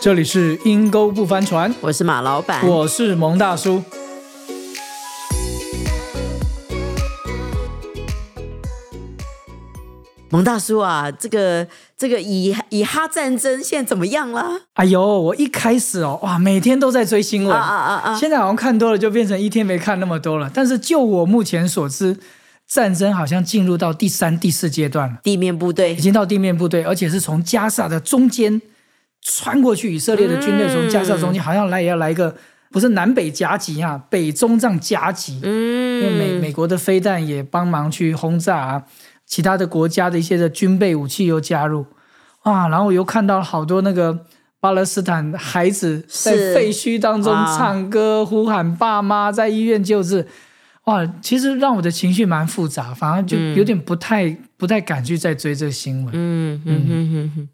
这里是阴沟不翻船，我是马老板，我是蒙大叔。蒙大叔啊，这个这个以以哈战争现在怎么样了？哎呦，我一开始哦，哇，每天都在追新闻啊啊啊啊！现在好像看多了，就变成一天没看那么多了。但是就我目前所知，战争好像进入到第三、第四阶段了，地面部队已经到地面部队，而且是从加沙的中间穿过去，以色列的军队从加沙嗯中间好像来也要来一个。不是南北夹击啊，北中藏夹击，嗯因为美美国的飞弹也帮忙去轰炸啊，其他的国家的一些的军备武器又加入啊，然后我又看到好多那个巴勒斯坦孩子在是废墟当中啊唱歌、呼喊爸妈，在医院救治，哇，其实让我的情绪蛮复杂，反而就有点不太、不太敢去再追这个新闻。嗯嗯嗯嗯嗯，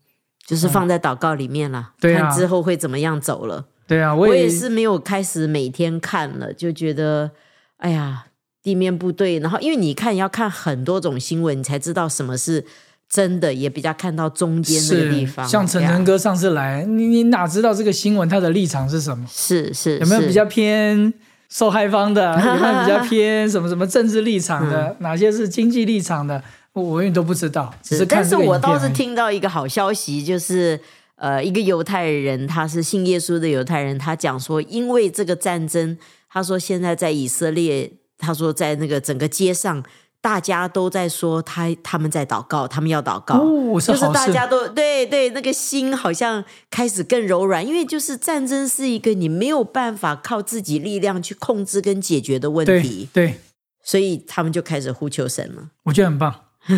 就是放在祷告里面了，对啊看之后会怎么样走了。对啊，我我也是没有开始每天看了，就觉得哎呀，地面部队。然后因为你看要看很多种新闻，你才知道什么是真的，也比较看到中间那个地是方。像晨对啊晨哥上次来，你你哪知道这个新闻他的立场是什么？是是有没有是比较偏受害方的？啊 有没有比较偏什么什么政治立场的？嗯哪些是经济立场的？我我永远都不知道，只是看这但是个影我片倒是而已听到一个好消息，就是呃，一个犹太人，他是信耶稣的犹太人，他讲说，因为这个战争，他说现在在以色列，他说在那个整个街上，大家都在说他他们在祷告，他们要祷告。哦，是就是好大事，家都对对，那个心好像开始更柔软，因为就是战争是一个你没有办法靠自己力量去控制跟解决的问对题，对，所以他们就开始呼求神了。我觉得很 棒。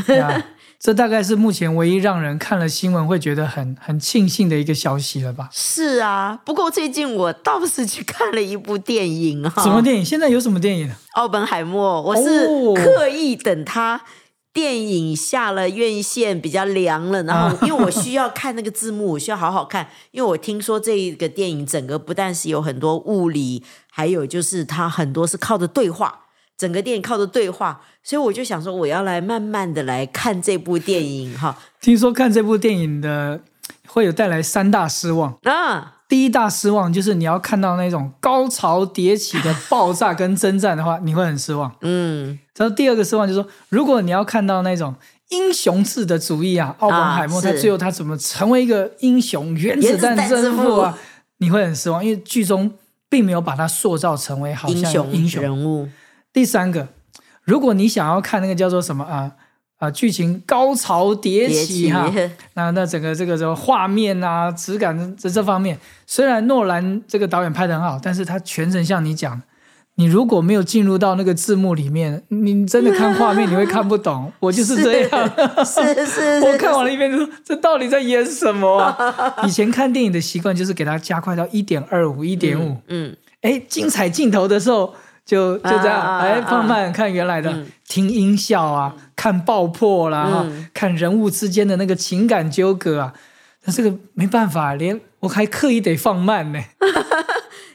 对啊这大概是目前唯一让人看了新闻会觉得很很庆幸的一个消息了吧？是啊，不过最近我倒是去看了一部电影哈、什么电影？现在有什么电影？奥本海默，我是哦刻意等他电影下了院线比较凉啊了，然后因为我需要看那个字幕，我需要好好看，因为我听说这个电影整个不但是有很多物理，还有就是它很多是靠着对话。整个电影靠着对话，所以我就想说，我要来慢慢的来看这部电影哈。听说看这部电影的会有带来三大失望。啊，第一大失望就是你要看到那种高潮迭起的爆炸跟征战的话，你会很失望。嗯，然后第二个失望就是说，如果你要看到那种英雄式的主义啊，奥本海默啊他是最后他怎么成为一个英雄，原子弹原子弹之之父父啊，你会很失望，因为剧中并没有把他塑造成为好英像有雄英雄。人物，第三个，如果你想要看那个叫做什么啊啊剧情高潮迭别起起哈、那那整个这个这个画面啊、质感这这方面，虽然诺兰这个导演拍的很好，但是他全程像你讲的，你如果没有进入到那个字幕里面，你真的看画面你会看不懂。我就是这样，是 是是，我看完了一遍就说这到底在演什么啊？ 以前看电影的习惯就是给它加快到一点二五、一点五，嗯，哎，精彩镜头的时候就就这样，啊啊嗯哎、啊放慢看原来的，听音效啊，看爆破啦、哈嗯看人物之间的那个情感纠葛啊，那这个没办法，连我还刻意得放慢呢、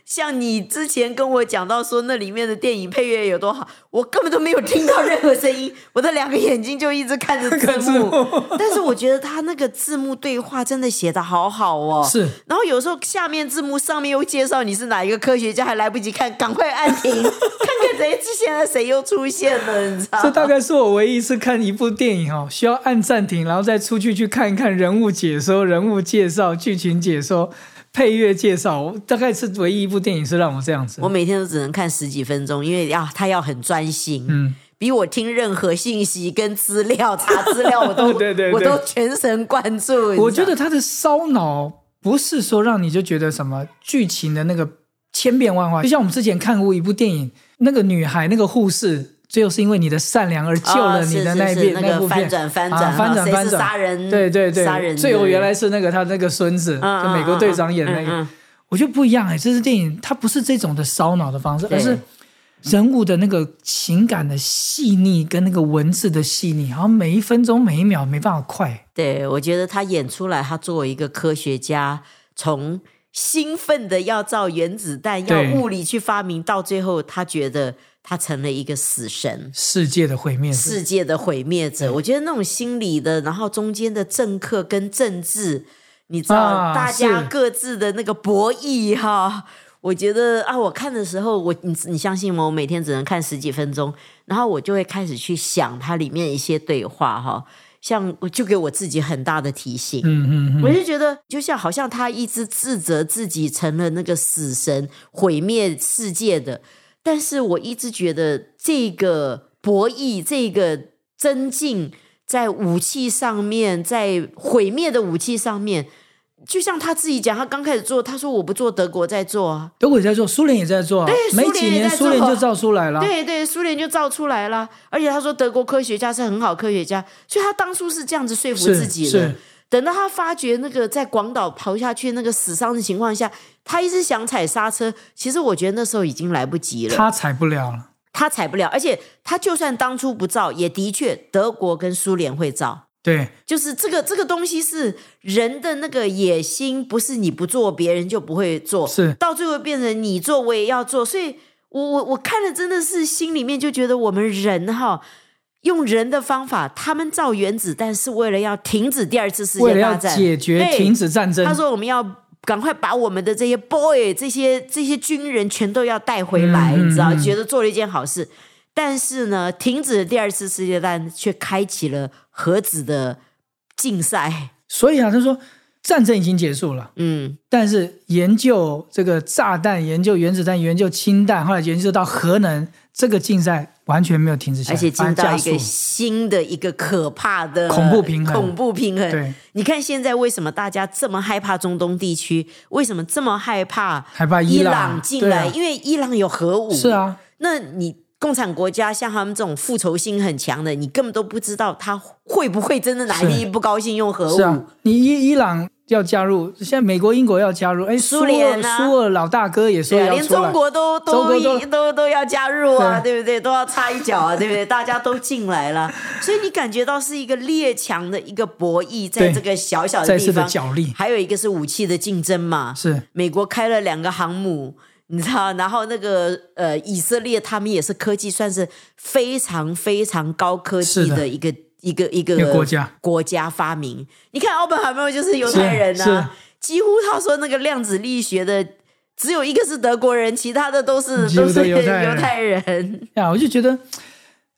像你之前跟我讲到说那里面的电影配乐有多好，我根本都没有听到任何声音，我的两个眼睛就一直看着字看字幕。 幕但是我觉得他那个字幕对话真的写的好好哦。是。然后有时候下面字幕上面又介绍你是哪一个科学家，还来不及看，赶快按停， 看看谁现在谁又出现了，你知 道这吗？大概是我唯一一次看一部电影哦，需要按暂停，然后再出去去看一看人物解说、人物介绍、剧情解说、配乐介绍，我大概是唯一一部电影是让我这样子我。每天都只能看十几分钟，因为要他要很专心，嗯，比我听任何信息跟资料查资料，我都 对对对我都全神贯注。你知道我觉得他的烧脑不是说让你就觉得什么剧情的那个千变万化，就像我们之前看过一部电影，那个女孩那个护士。最后是因为你的善良而救了你的哦是是那一是遍、那部个片翻转翻转哦啊、翻转谁是翻转杀人对对对，杀人最后的原来是那个他那个孙子，嗯就美国队长演的那个，嗯嗯嗯我觉得不一样哎、这支电影它不是这种的烧脑的方式，对而是人物的那个情感的细腻跟那个文字的细腻，好像每一分钟每一秒没办法快，对，我觉得他演出来，他作为一个科学家，从兴奋的要造原子弹，要对物理去发明，到最后他觉得他成了一个死神。世界的毁灭世界的毁灭者，我觉得那种心理的，然后中间的政客跟政治，你知道、啊大家是各自的那个博弈哈。我觉得啊，我看的时候，我你你相信吗？我每天只能看十几分钟，然后我就会开始去想它里面一些对话哈，像我就给我自己很大的提醒。嗯嗯嗯，我就觉得，就像好像他一直自责自己成了那个死神，毁灭世界的。但是我一直觉得这个博弈，这个增进，在武器上面，在毁灭的武器上面，就像他自己讲，他刚开始做，他说我不做，德国在做啊，德国也在做，苏联也在做啊，对没苏联几也年在苏联做就造出来了。对对，苏联就造出来了。而且他说德国科学家是很好科学家，所以他当初是这样子说服是自己的是。等到他发觉那个在广岛跑下去那个死伤的情况下，他一直想踩刹车，其实我觉得那时候已经来不及了，他他踩不了了。踩不了。而且他就算当初不造，也的确德国跟苏联会造。对，就是这个这个东西是人的那个野心，不是你不做别人就不会做，是到最后变成你做我也要做，所以我我我看了真的是心里面就觉得我们人哈。用人的方法，他们造原子弹是为了要停止第二次世为界了大要战，解决对停止战争他，说我们要赶快把我们的这些 boy 这些这些军人全都要带回来，嗯你知道，嗯觉得做了一件好事。但是呢，停止了第二次世界大战，却开启了核子的竞赛。所以啊，他说战争已经结束了，嗯，但是研究这个炸弹、研究原子弹、研究氢弹，后来研究到核能，这个竞赛完全没有停止下来，而且进反而到加一速个。新的一个可怕的恐怖平衡恐怖平衡。对，你看现在为什么大家这么害怕中东地区？为什么这么害怕害怕伊伊朗朗进对啊来？因为伊朗有核武。是啊，那你共产国家像他们这种复仇心很强的，你根本都不知道他会不会真的哪一是天不高兴用核武。是啊，你伊伊朗要加入，现在美国、英国要加入，哎，苏苏联啊苏俄老大哥也说对啊，要连出中来，国都中都国都都都都要加入啊，对对不对？都要插一脚啊，对不对？大家都进来了，所以你感觉到是一个列强的一个博弈，在对这个小小的再地次的方，角力还有一个是武器的竞争嘛。是美国开了两个航母，你知道，然后那个呃以色列他们也是科技算是非常非常高科技是的的一个一个一个一个国家国家发明。你看奥本海默就是犹太人是是啊，几乎他说那个量子力学的。只有一个是德国人，其他的都是几乎都嗯都是犹太人人呀，我就觉得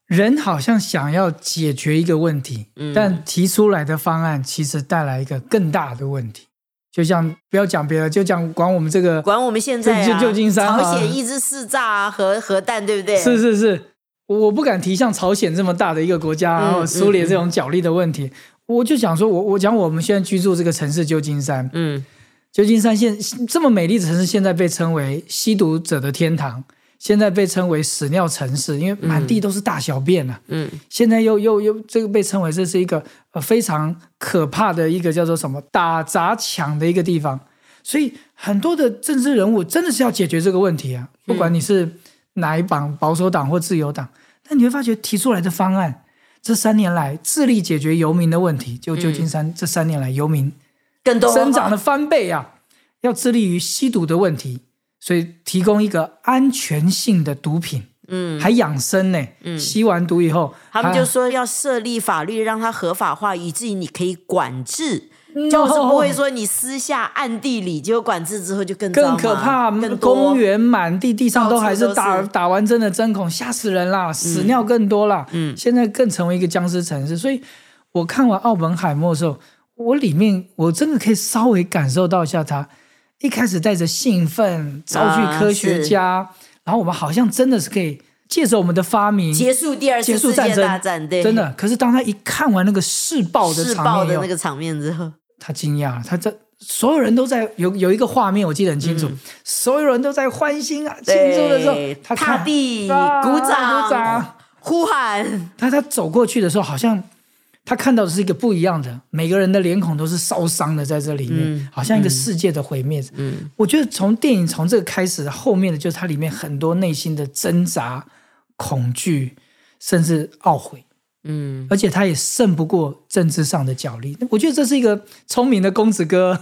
人好像想要解决一个问题，嗯但提出来的方案其实带来一个更大的问题。就像不要讲别的，就讲管我们这个，管我们现在就啊，就旧金山啊朝鲜一直试炸啊，核核弹，对不啊对？是是是，我不敢提像朝鲜这么大的一个国家，然后苏联这种角力的问题。我就想说，我我讲我们现在居住这个城市旧金山，嗯，旧金山现这么美丽的城市，现在被称为吸毒者的天堂，现在被称为屎尿城市，因为满地都是大小便啊。嗯，现在又又又这个被称为这是一个呃非常可怕的一个叫做什么打砸抢的一个地方，所以很多的政治人物真的是要解决这个问题嗯啊，不管你是哪一党，保守党或自由党，但你会发觉提出来的方案，这三年来致力解决游民的问题，嗯就旧金山这三年来游民更多生长了翻倍啊！要致力于吸毒的问题，所以提供一个安全性的毒品，嗯，还养生呢。嗯，吸完毒以后，他们还就说要设立法律让它合法化，以至于你可以管制，就是不会说你私下暗地里就管制之后就更糟更嘛可怕，更多公园满地，地上到处都还是都打是嗯打完针的针孔，吓死人啦，屎尿更多啦。嗯，现在更成为一个僵尸城市。所以我看完《奥本海默》的时候，我里面我真的可以稍微感受到一下他一开始带着兴奋招啊去科学家，然后我们好像真的是可以借着我们的发明结束第二次结束世战界争大战，对，真的。可是当他一看完那个试爆的试场面爆以的后那个场面之后，他惊讶了，他这所有人都在有有一个画面，我记得很清楚，所有人都在欢欣啊庆祝的时候嗯对，他踏看地啊鼓掌鼓掌，呼喊，他他走过去的时候，好像他看到的是一个不一样的，每个人的脸孔都是烧伤的，在这里面，嗯好像一个世界的毁灭。嗯，我觉得从电影从这个开始，后面的就是它里面很多内心的挣扎、恐惧，甚至懊悔。嗯，而且他也胜不过政治上的角力，我觉得这是一个聪明的公子 哥，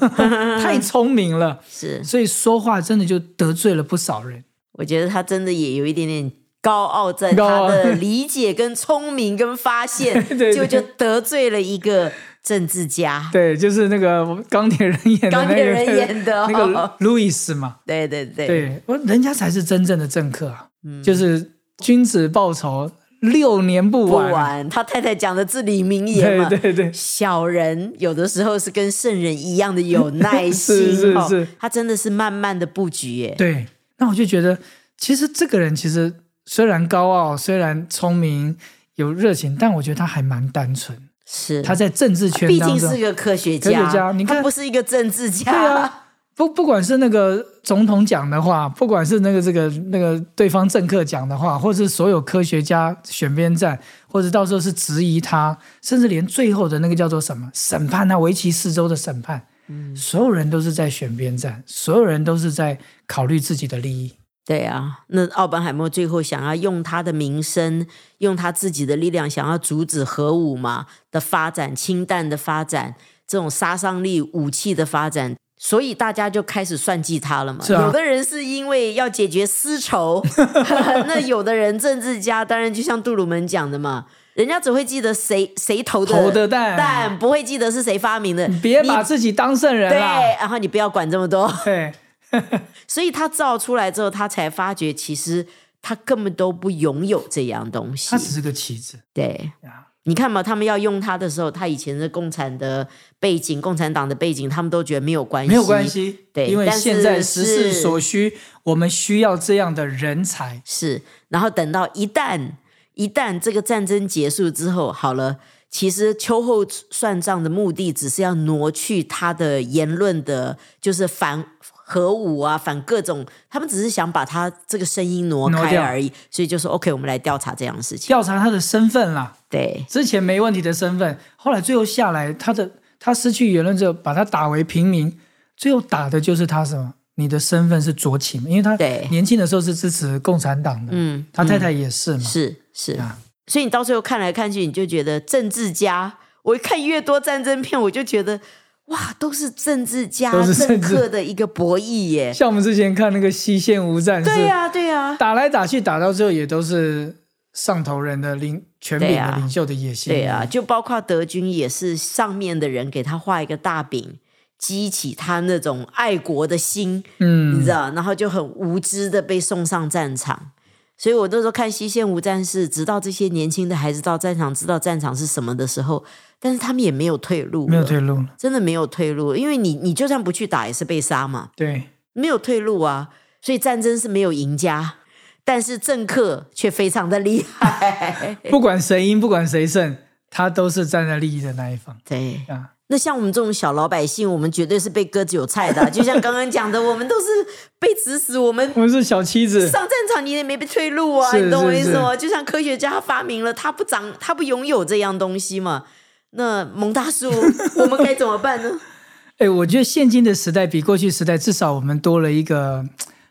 太聪明了。是，所以说话真的就得罪了不少人。我觉得他真的也有一点点。高傲在高他傲的理解跟聪明跟发现 ，对对就就得罪了一个政治家，对，就是那个钢铁人演的、那个，钢铁人演的哦那个 Louis 嘛，对对对，嗯对，我人家才是真正的政客啊，就是君子报仇，六年不不晚。晚。他太太讲的至理名言对嘛，对 对，小人有的时候是跟圣人一样的有耐心， 是是哦是他真的是慢慢的布局耶。对，那我就觉得，其实这个人其实虽然高傲，虽然聪明有热情，但我觉得他还蛮单纯。是，他在政治圈嗯啊毕当竟中是，个科学科学家你他看不是一个政治 家，对啊，不不管是那个总统讲的话，不管是那个这个那个对方政客讲的话，或者是所有科学家选边站，或者到时候是质疑他，甚至连最后的那个叫做什么审判他为期四周的审判，所有人都是在选边站，所有人都是在考虑自己的利益。对啊，那奥本海默最后想要用他的名声，用他自己的力量，想要阻止核武嘛的发展、氢弹的发展、这种杀伤力武器的发展，所以大家就开始算计他了嘛。是啊有的人是因为要解决 私仇， 那有的人政治家，当然就像杜鲁门讲的嘛，人家只会记得谁谁投的投的蛋蛋不会记得是谁发明的。别你把自己当圣人对，啦。然后你不要管这么多。对，所以他造出来之后，他才发觉其实他根本都不拥有这样东西他。只是个棋子。对呀，你看嘛，他们要用他的时候，他以前的共产的背景、共产党的背景，他们都觉得没有关系，没有关。系，对因为但是现在时势是所需，我们需要这样的人才。是，然后等到一旦一旦这个战争结束之后，好了。其实秋后算账的目的，只是要挪去他的言论的，就是反核武啊，反各种，他们只是想把他这个声音挪挪开掉而已。所以就说 OK，我们来调查这样的事情。调查他的身份啦，对，之前没问题的身份，后来最后下来，他的他失去言论之后，把他打为平民，最后打的就是他什么？你的身份是左倾，因为他对年轻的时候是支持共产党的，嗯，他太太也是嘛，是是啊，所以你到最后看来看去，你就觉得政治家，我看越多战争片，我就觉得哇，都是政治家、都是政政治客的一个博弈耶。像我们之前看那个《西线无战事》，对啊呀、对呀、打来打去，打到最后也都是上头人的领权柄对啊的领袖的野心，对呀、啊就包括德军也是上面的人给他画一个大饼，激起他那种爱国的心，嗯，你知道，然后就很无知的被送上战场。所以我那时候看《西线无战事》，直到这些年轻的孩子到战场知道战场是什么的时候，但是他们也没有退路，啊没有退路了，真的没有退路，因为你你就算不去打也是被杀嘛，对。没有退路啊，所以战争是没有赢家，但是政客却非常的厉害。不管谁赢，不管谁胜，他都是站在利益的那一方对，啊。那像我们这种小老百姓，我们绝对是被割韭菜 的啊、就像刚刚讲的，我们都是被指使，我们我们是小妻子，上战场你也没被退路啊，是你懂我是意思吗？就像科学家他发明了，他不长，他不拥有这样东西嘛。那蒙大叔，我们该怎么 办呢？哎，我觉得现今的时代比过去时代，至少我们多了一个嘖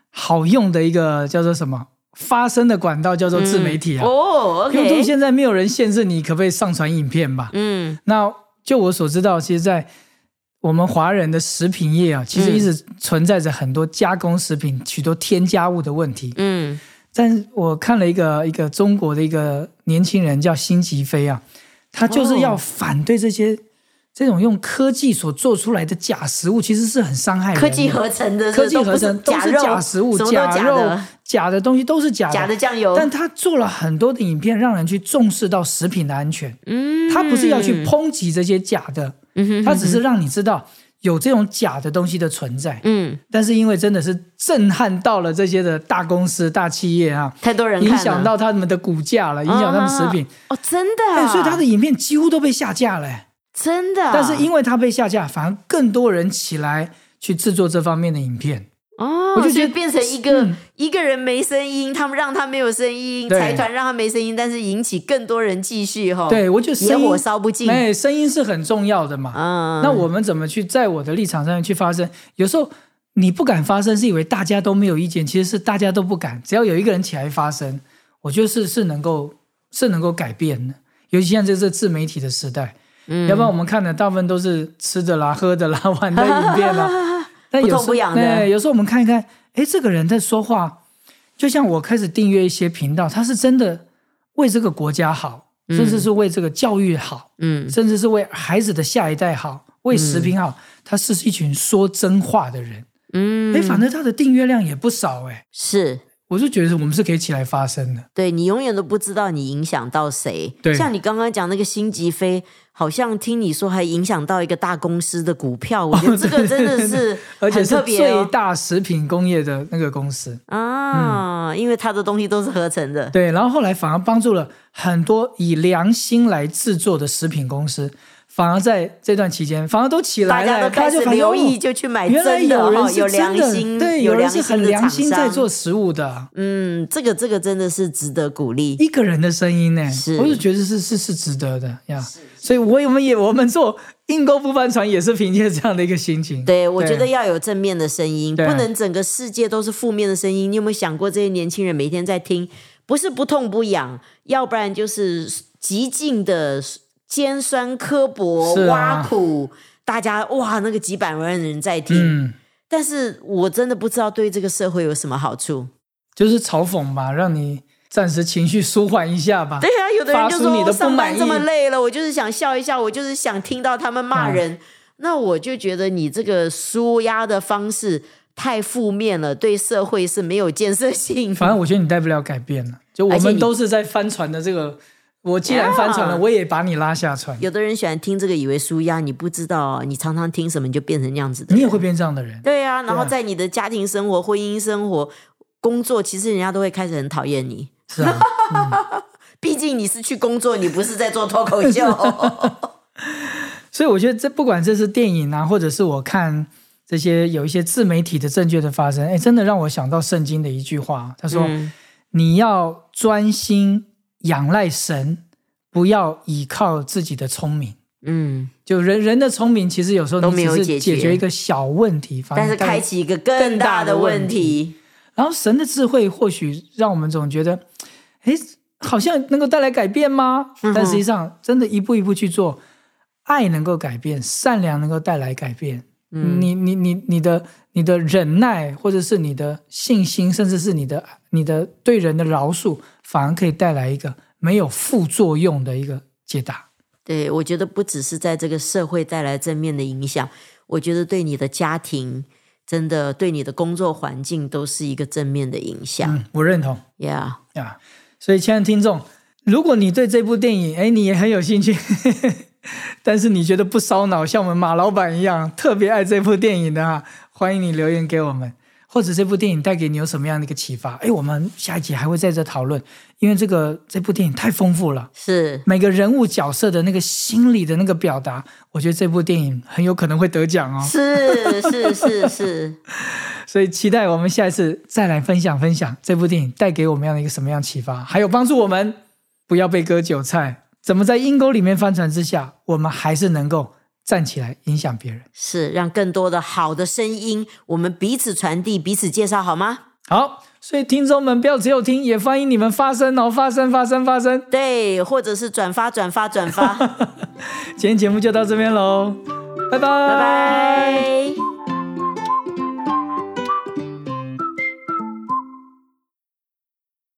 好用的一个叫做什么发声的管道，叫做自媒体啊。哦因为都，OK，现在没有人限制你可不可以上传影片吧？嗯，那就我所知道，其实，在我们华人的食品业啊，嗯其实一直存在着很多加工食品、许多添加物的问题。嗯但是我看了一个一个中国的一个年轻人叫辛吉飞啊，他就是要反对这些、这种用科技所做出来的假食物，其实是很伤害人的科技合成的，哎科技合成都都不是是肉假食物、什么都假假肉的、、假的东西都是假的。假的酱油。但他做了很多的影片，让人去重视到食品的安全。嗯，他不是要去抨击这些假的，嗯、他只是让你知道有这种假的东西的存在。嗯，但是因为真的是震撼到了这些的大公司、大企业啊，太多人看了影响到他们的股价了，影响他们食品。哦，真的哎，啊，所以他的影片几乎都被下架了、哎真的啊，但是因为他被下架，反而更多人起来去制作这方面的影片。哦，我就觉得所以变成一个嗯一个人没声音，他们让他没有声音，对财团让他没声音，但是引起更多人继续哈，对，我就哦野声音火烧不尽，哎，声音是很重要的嘛。嗯，那我们怎么去在我的立场上面去发声？有时候你不敢发声，是以为大家都没有意见，其实是大家都不敢。只要有一个人起来发声，我觉得是是能够是能够改变的。尤其现在这是自媒体的时代，要不然我们看的大部分都是吃的啦、喝的啦、玩的影片啦。但有时 不痛不候，痒的哎，有时候我们看一看，哎，这个人在说话，就像我开始订阅一些频道，他是真的为这个国家好，甚至是为这个教育好，嗯甚至是为孩子的下一代好，为食品好，他是一群说真话的人。嗯，哎，反正他的订阅量也不少哎，是我就觉得我们是可以起来发声的。对你永远都不知道你影响到谁。对像你刚刚讲那个辛吉飞，好像听你说还影响到一个大公司的股票，哦我觉得这个真的是而且很是特别最哦大食品工业的那个公司，嗯啊，因为他的东西都是合成的。对，然后后来反而帮助了很多以良心来制作的食品公司，反而在这段期间，反而都起来大了，家都大开家始就发现留意，哦就去买原来真的有人哈，是有真良的心，对，有人良是心很的良厂心在商做。食物的，嗯，这个这个真的是值得鼓励。一个人的声音呢，是我就觉得是是是值得的呀。所以我也我们也我们做硬沟不翻船也是凭借这样的一个心情。对，我觉得要有正面的声音，对不能整个世界都是负面的声音。你有没有想过，这些年轻人每天在听，不是不痛不痒，要不然就是极尽的尖酸刻薄、是啊挖苦大家。哇，那个几百万人在听，嗯，但是我真的不知道对这个社会有什么好处。就是嘲讽吧，让你暂时情绪舒缓一下 吧。对啊，有的人就发出你说的不上满班意这么累了，我就是想笑一笑，我就是想听到他们骂 人。那我就觉得你这个舒压的方式太负面了，对社会是没有建设性。反正我觉得你带不了改变了，就我而且们你都是在帆船的这个，我既然帆船了， Yeah 我也把你拉下船。 有的人喜欢听这个，以为舒压，你不知道，你常常听什么你就变成那样子的你也人。会变这样的人，对啊，然后对啊在你的家庭生活、婚姻生活、工作，其实人家都会开始很讨厌你。是啊，毕竟你是去工作，你不是在做脱口 秀。所以我觉得这不管这是电影啊，或者是我看这些有一些自媒体的证券的发生，哎，真的让我想到圣经的一句话，他说：“嗯你要专心仰赖神，不要倚靠自己的聪明。”嗯，就人人的聪明，其实有时候都你没有只是解解决决一个小问题，反但是而带来开启一个更大的问题。然后神的智慧或许让我们总觉得，哎，好像能够带来改变吗？嗯哼但实际上，真的一步一步去做，爱能够改变，善良能够带来改变。嗯你你你你的你的忍耐，或者是你的信心，甚至是你的你的对人的饶恕，反而可以带来一个没有副作用的一个解答。对，我觉得不只是在这个社会带来正面的影响，我觉得对你的家庭，真的对你的工作环境都是一个正面的影响。嗯，我认同。 Yeah，啊，所以亲爱的听众，如果你对这部电影，哎，你也很有兴趣， 但是你觉得不烧脑，像我们马老板一样特别爱这部电影的啊，欢迎你留言给我们，或者这部电影带给你有什么样的一个启发？哎，我们下一集还会在这讨论，因为这个这部电影太丰富了。是每个人物角色的那个心理的那个表达，我觉得这部电影很有可能会得奖哦，是是是是，所以期待我们下一次再来分享分享这部电影带给我们样的一个什么样的启发，还有帮助我们不要被割韭菜，怎么在阴沟里面翻船之下，我们还是能够站起来影响别人。是让更多的好的声音，我们彼此传递，彼此介绍，好吗？好，所以听众们不要只有听，也欢迎你们发声哦，发声发声发声。对，或者是转发转发转发，今天节目就到这边喽，拜拜拜拜。